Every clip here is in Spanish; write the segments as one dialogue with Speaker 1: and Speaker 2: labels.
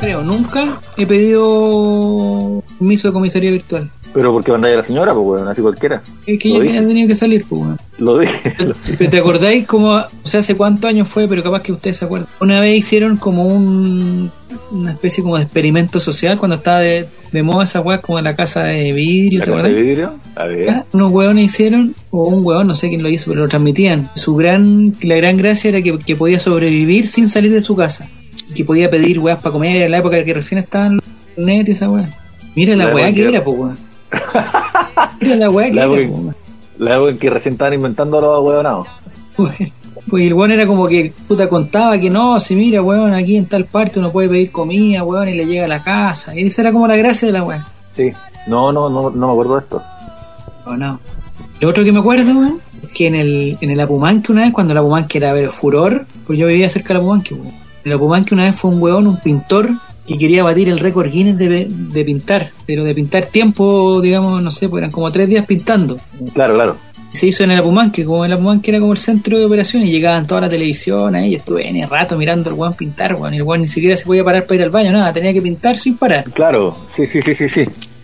Speaker 1: creo, nunca he pedido permiso de comisaría virtual.
Speaker 2: Pero porque mandaba a la señora, pues, weón, así cualquiera.
Speaker 1: Es que
Speaker 2: Lo
Speaker 1: ella
Speaker 2: dije.
Speaker 1: tenía- tenía que salir, pues, weón.
Speaker 2: Lo dije. lo-
Speaker 1: Pero ¿Te acordáis cómo, o sea, hace cuántos años fue, pero capaz que ustedes se acuerdan? Una vez hicieron como un, una especie como de experimento social cuando estaba de, de moda esa weá, como en la casa de vidrio,
Speaker 2: la
Speaker 1: ¿te
Speaker 2: casa de
Speaker 1: acuerdas?
Speaker 2: vidrio. A ver.
Speaker 1: Ah, Unos hueones hicieron, o un hueón, no sé quién lo hizo, pero lo transmitían. Su gran, la gran gracia era que, que podía sobrevivir sin salir de su casa. Que podía pedir weas para comer en la época que recién estaban los internet y esa wea. Mira la,
Speaker 2: La
Speaker 1: weá que
Speaker 2: época-
Speaker 1: era, po weón. Mira la weá que
Speaker 2: La
Speaker 1: era,
Speaker 2: época-
Speaker 1: po, weón.
Speaker 2: La época en que recién estaban inventando los huevonados.
Speaker 1: Bueno, Pues el weón era como que puta contaba que no, si mira, weón, aquí en tal parte uno puede pedir comida, weón, y le llega a la casa. Y esa era como la gracia de la weá.
Speaker 2: Sí. No, no, no, no me acuerdo de esto.
Speaker 1: No, no. Lo otro que me acuerdo, weón, es que en el, en el Apumanque una vez, cuando el Apumanque era pero, furor, pues yo vivía cerca del Apumanque, weón. En el Apumanque una vez fue un weón, un pintor, que quería batir el récord Guinness de, de pintar, pero de pintar tiempo, digamos, no sé, pues eran como tres días pintando.
Speaker 2: Claro, claro.
Speaker 1: se hizo en el Apumanque, como el Apumanque era como el centro de operaciones, y llegaban toda la televisión ahí, yo estuve en el rato mirando al weón pintar, weón, y el weón ni siquiera se podía parar para ir al baño, nada, tenía que pintar sin parar.
Speaker 2: Claro. Sí, sí, sí, sí, sí.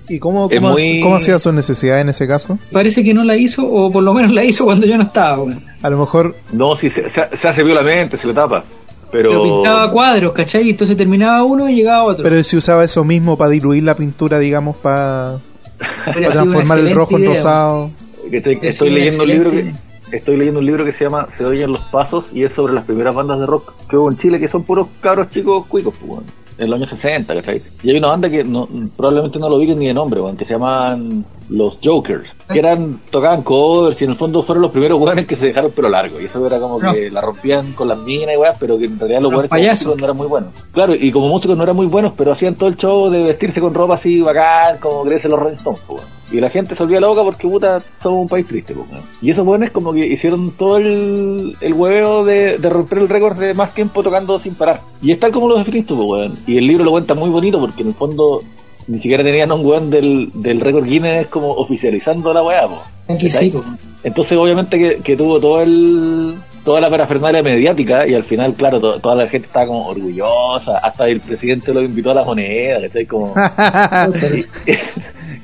Speaker 3: ¿Y cómo,
Speaker 2: Es
Speaker 3: cómo,
Speaker 2: muy-
Speaker 3: cómo hacía su necesidad en ese caso?
Speaker 1: Parece que no la hizo, o por lo menos la hizo cuando yo no estaba, weón.
Speaker 3: A lo mejor
Speaker 2: No, sí, se, se, se hace violamente, se lo tapa.
Speaker 1: Pero
Speaker 2: Pero.
Speaker 1: pintaba cuadros, ¿cachai? Y entonces terminaba uno y llegaba otro.
Speaker 3: Pero si usaba eso mismo para diluir la pintura, digamos, para,
Speaker 1: Pero
Speaker 3: para
Speaker 1: ha sido una
Speaker 3: transformar el
Speaker 1: excelente
Speaker 3: rojo en
Speaker 1: idea,
Speaker 3: rosado.
Speaker 2: que estoy,
Speaker 1: Es
Speaker 2: estoy
Speaker 1: una
Speaker 2: leyendo un libro que.
Speaker 1: excelente-
Speaker 2: Estoy leyendo un libro que se llama Se oyen los pasos y es sobre las primeras bandas de rock que hubo en Chile que son puros cabros chicos cuicos, pues, weón, en los años 60, ¿cachai? Y hay una banda que no- probablemente no lo ubiquen ni de nombre, weón, que se llaman Los Jokers, que eran tocaban covers y en el fondo fueron los primeros weones que se dejaron pelo largo y eso era como
Speaker 1: No.
Speaker 2: que la rompían con las minas y weas, pero que en realidad los
Speaker 1: Los
Speaker 2: weones como
Speaker 1: payasos.
Speaker 2: músicos no eran muy buenos. Claro, y como músicos no eran muy buenos, pero hacían todo el show de vestirse con ropa así bacán, como crecen los Rolling Stones, pues, weón. Y la gente se volvía loca porque puta, somos un país triste, pues, weón. Y esos weones como que hicieron todo el, el hueveo de, de romper el récord de más tiempo tocando sin parar. Y es tal como lo definiste tú, pues, weón. Y el libro lo cuenta muy bonito porque en el fondo ni siquiera tenían a un weón del, del récord Guinness como oficializando la weá, pues.
Speaker 1: Aquí sí, po.
Speaker 2: Entonces, obviamente que, que tuvo todo el toda la parafernalia mediática y al final, claro, to- toda la gente estaba como orgullosa, hasta el presidente lo invitó a la moneda, ¿cachai? Como...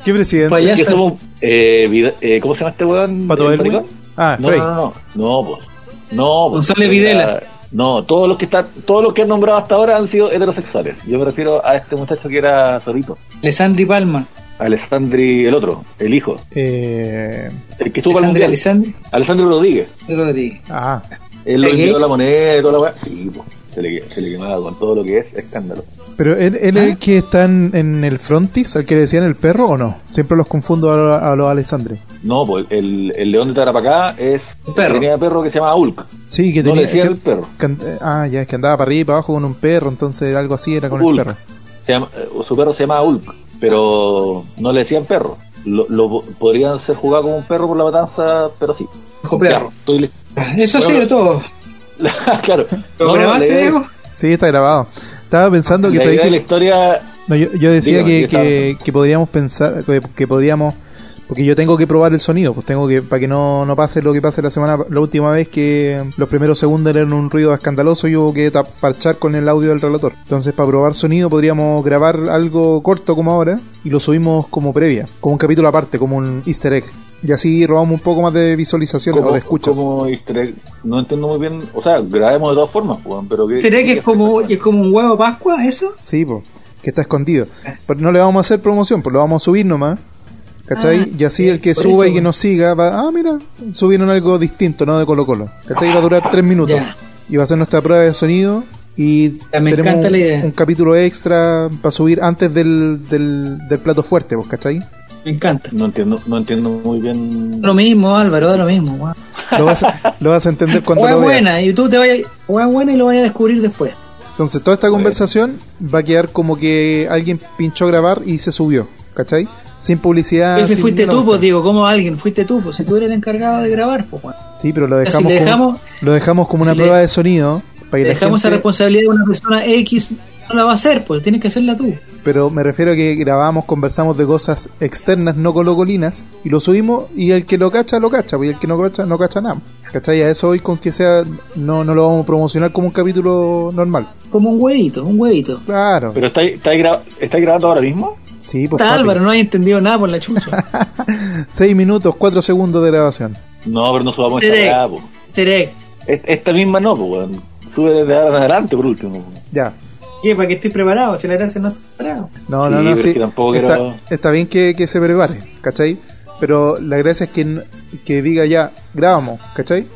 Speaker 3: ¿Qué presidente?
Speaker 1: Payaso.
Speaker 2: que somos, eh, vid- eh, ¿Cómo se llama este weón?
Speaker 3: ¿Pato
Speaker 2: ¿El
Speaker 3: Elwin?
Speaker 2: maricón?
Speaker 3: Ah,
Speaker 2: no,
Speaker 3: Frey.
Speaker 2: no, no, no, pues. No, pues.
Speaker 1: González
Speaker 2: Eh,
Speaker 1: Videla.
Speaker 2: No, todos los que están, todos los que han nombrado hasta ahora han sido heterosexuales. Yo me refiero a este muchacho que era Zorrito,
Speaker 1: Alessandri Palma.
Speaker 2: Alessandri, el otro, el hijo,
Speaker 3: Eh,
Speaker 2: el que estuvo para el
Speaker 1: Alessandri, Alessandri
Speaker 2: mundial. Alessandro Rodríguez.
Speaker 1: Rodríguez.
Speaker 3: ah,
Speaker 2: Él lo
Speaker 1: ¿Es
Speaker 2: envió
Speaker 1: gay?
Speaker 2: la moneda y toda la weá. Sí, po. Se le, se le quemaba con todo lo que es escándalo.
Speaker 3: pero él, él es
Speaker 2: ¿Eh?
Speaker 3: el que está en, en el frontis, al que le decían el perro o no? Siempre los confundo a, a los Alessandri.
Speaker 2: No, pues el, el león de Tarapacá es.
Speaker 1: El perro.
Speaker 2: Tenía perro que se llamaba Hulk.
Speaker 3: Sí, que
Speaker 2: No
Speaker 3: tenía
Speaker 2: le decían
Speaker 3: que-
Speaker 2: el perro.
Speaker 3: que and- eh, ah, ya, que andaba para arriba y para abajo con un perro, entonces algo así era con
Speaker 2: Hulk.
Speaker 3: el perro.
Speaker 2: Se llama- eh, su perro se llamaba Hulk, pero no le decían perro. Lo, lo po- podrían ser jugado como un perro por la matanza, pero sí.
Speaker 1: Hijo perro.
Speaker 2: Ya, estoy li-
Speaker 1: Ah, Eso sí,
Speaker 2: Bueno,
Speaker 1: de todo.
Speaker 2: claro.
Speaker 1: ¿Lo
Speaker 2: No, no,
Speaker 1: grabaste,
Speaker 2: la idea-
Speaker 1: Diego?
Speaker 3: Sí, está grabado. Estaba pensando
Speaker 2: La
Speaker 3: que,
Speaker 2: idea
Speaker 3: sabéis
Speaker 2: de
Speaker 3: que-
Speaker 2: la historia.
Speaker 3: No, yo, yo decía
Speaker 2: Dígame,
Speaker 3: que,
Speaker 2: yo estaba
Speaker 3: que, que podríamos pensar, que, que podríamos, porque yo tengo que probar el sonido, pues tengo que, para que no, no pase lo que pase la semana, la última vez que los primeros segundos eran un ruido escandaloso y hubo que ta- parchar con el audio del relator. Entonces, para probar sonido podríamos grabar algo corto como ahora y lo subimos como previa, como un capítulo aparte, como un easter egg. Y así robamos un poco más de visualización o
Speaker 2: Como,
Speaker 3: de escuchas.
Speaker 2: como easter egg. no entiendo muy bien. O sea, grabemos de todas formas, weón, pero que.
Speaker 1: ¿Será que es como, es como un huevo Pascua, eso?
Speaker 3: Sí, po, que está escondido. Pero no le vamos a hacer promoción, pues lo vamos a subir nomás. ¿Cachai?
Speaker 1: Ah,
Speaker 3: y así el que
Speaker 1: por
Speaker 3: suba
Speaker 1: eso,
Speaker 3: y que
Speaker 1: bueno.
Speaker 3: nos siga va, ah, mira, subieron algo distinto, ¿no? De Colo Colo. ¿Cachai? Va a durar tres minutos.
Speaker 1: Ya.
Speaker 3: Y va a ser nuestra prueba de sonido. Y
Speaker 1: Ya, me
Speaker 3: tenemos
Speaker 1: encanta
Speaker 3: un,
Speaker 1: la idea.
Speaker 3: un capítulo extra para subir antes del, del, del plato fuerte, pues, ¿cachai?
Speaker 1: Me encanta.
Speaker 2: No entiendo, no entiendo muy bien.
Speaker 1: Lo mismo, Álvaro, da lo mismo. weón.
Speaker 3: Lo vas, a- lo vas a entender cuando
Speaker 1: Hueá
Speaker 3: lo veas.
Speaker 1: buena, y tú te vayas. Hueá buena y lo vayas a descubrir después.
Speaker 3: Entonces, toda esta conversación va a quedar como que alguien pinchó grabar y se subió, ¿cachai? Sin publicidad.
Speaker 1: Ese
Speaker 3: sin
Speaker 1: fuiste
Speaker 3: ninguna
Speaker 1: tú,
Speaker 3: cuestión.
Speaker 1: pues, digo, como alguien, fuiste tú, pues, si tú eres el encargado de grabar, pues, weón.
Speaker 3: Sí, pero lo
Speaker 1: Ya, si
Speaker 3: dejamos,
Speaker 1: le
Speaker 3: como,
Speaker 1: dejamos-
Speaker 3: lo dejamos como una
Speaker 1: si le-
Speaker 3: prueba de sonido. Para que la
Speaker 1: Dejamos esa
Speaker 3: gente-
Speaker 1: responsabilidad a una persona X, no la va a hacer, pues, tienes que hacerla tú.
Speaker 3: Pero me refiero a que grabamos, conversamos de cosas pues, externas, no colocolinas, y lo subimos, y el que lo cacha, lo cacha, y el que no cacha, no cacha nada. ¿Cachai? A eso hoy con que sea, no, no lo vamos a promocionar como un capítulo normal.
Speaker 1: Como un huevito, un huevito.
Speaker 3: Claro.
Speaker 2: ¿Pero estáis estáis gra- estáis grabando ahora mismo?
Speaker 3: Sí, pues.
Speaker 1: Está
Speaker 3: papi.
Speaker 1: Álvaro, no hay entendido nada por la chucha.
Speaker 3: Seis minutos, cuatro segundos de grabación.
Speaker 2: No, pero no subamos
Speaker 1: Sí.
Speaker 2: esta weá, po.
Speaker 1: Terek,
Speaker 2: Es- Esta misma no, po, weón. Sube desde ahora en adelante, por último. po.
Speaker 3: Ya.
Speaker 1: ¿qué? ¿Para que estés preparado? Si la gracia no está preparado.
Speaker 3: No,
Speaker 2: Sí,
Speaker 3: no, no,
Speaker 2: pero
Speaker 3: sí.
Speaker 2: es que tampoco
Speaker 3: está,
Speaker 2: quiero-
Speaker 3: está bien que, que se prepare, ¿cachai? Pero la gracia es que, n- que diga ya, grabamos, ¿cachai?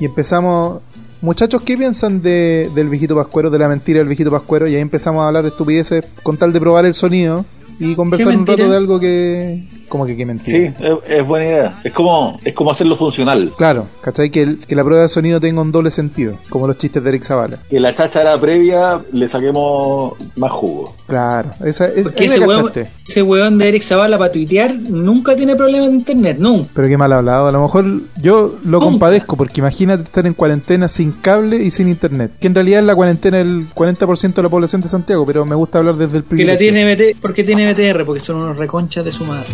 Speaker 3: Y empezamos. Muchachos, ¿qué piensan de, del viejito pascuero, de la mentira del viejito pascuero? Y ahí empezamos a hablar de estupideces con tal de probar el sonido y conversar un
Speaker 1: mentira?
Speaker 3: rato de algo que. Como que qué
Speaker 2: Sí,
Speaker 3: mentira.
Speaker 2: es, es buena idea. Es como, es como hacerlo funcional.
Speaker 3: Claro, ¿cachai? Que, el- que la prueba de sonido tenga un doble sentido, como los chistes de Eric Zavala.
Speaker 2: Que la cháchara previa le saquemos más jugo.
Speaker 3: Claro, esa es.
Speaker 1: Porque
Speaker 3: ahí me
Speaker 1: ese huevón,
Speaker 3: cachaste.
Speaker 1: ese huevón de Eric Zavala para tuitear nunca tiene problemas de internet, nunca.
Speaker 3: Pero qué mal hablado. A lo mejor yo lo
Speaker 1: Nunca.
Speaker 3: compadezco porque imagínate estar en cuarentena sin cable y sin internet. Que en realidad es la cuarentena del 40% de la población de Santiago, pero me gusta hablar desde el
Speaker 1: Que
Speaker 3: privilegio.
Speaker 1: la tiene BT, porque tiene BTR, porque son unos reconchas de su madre.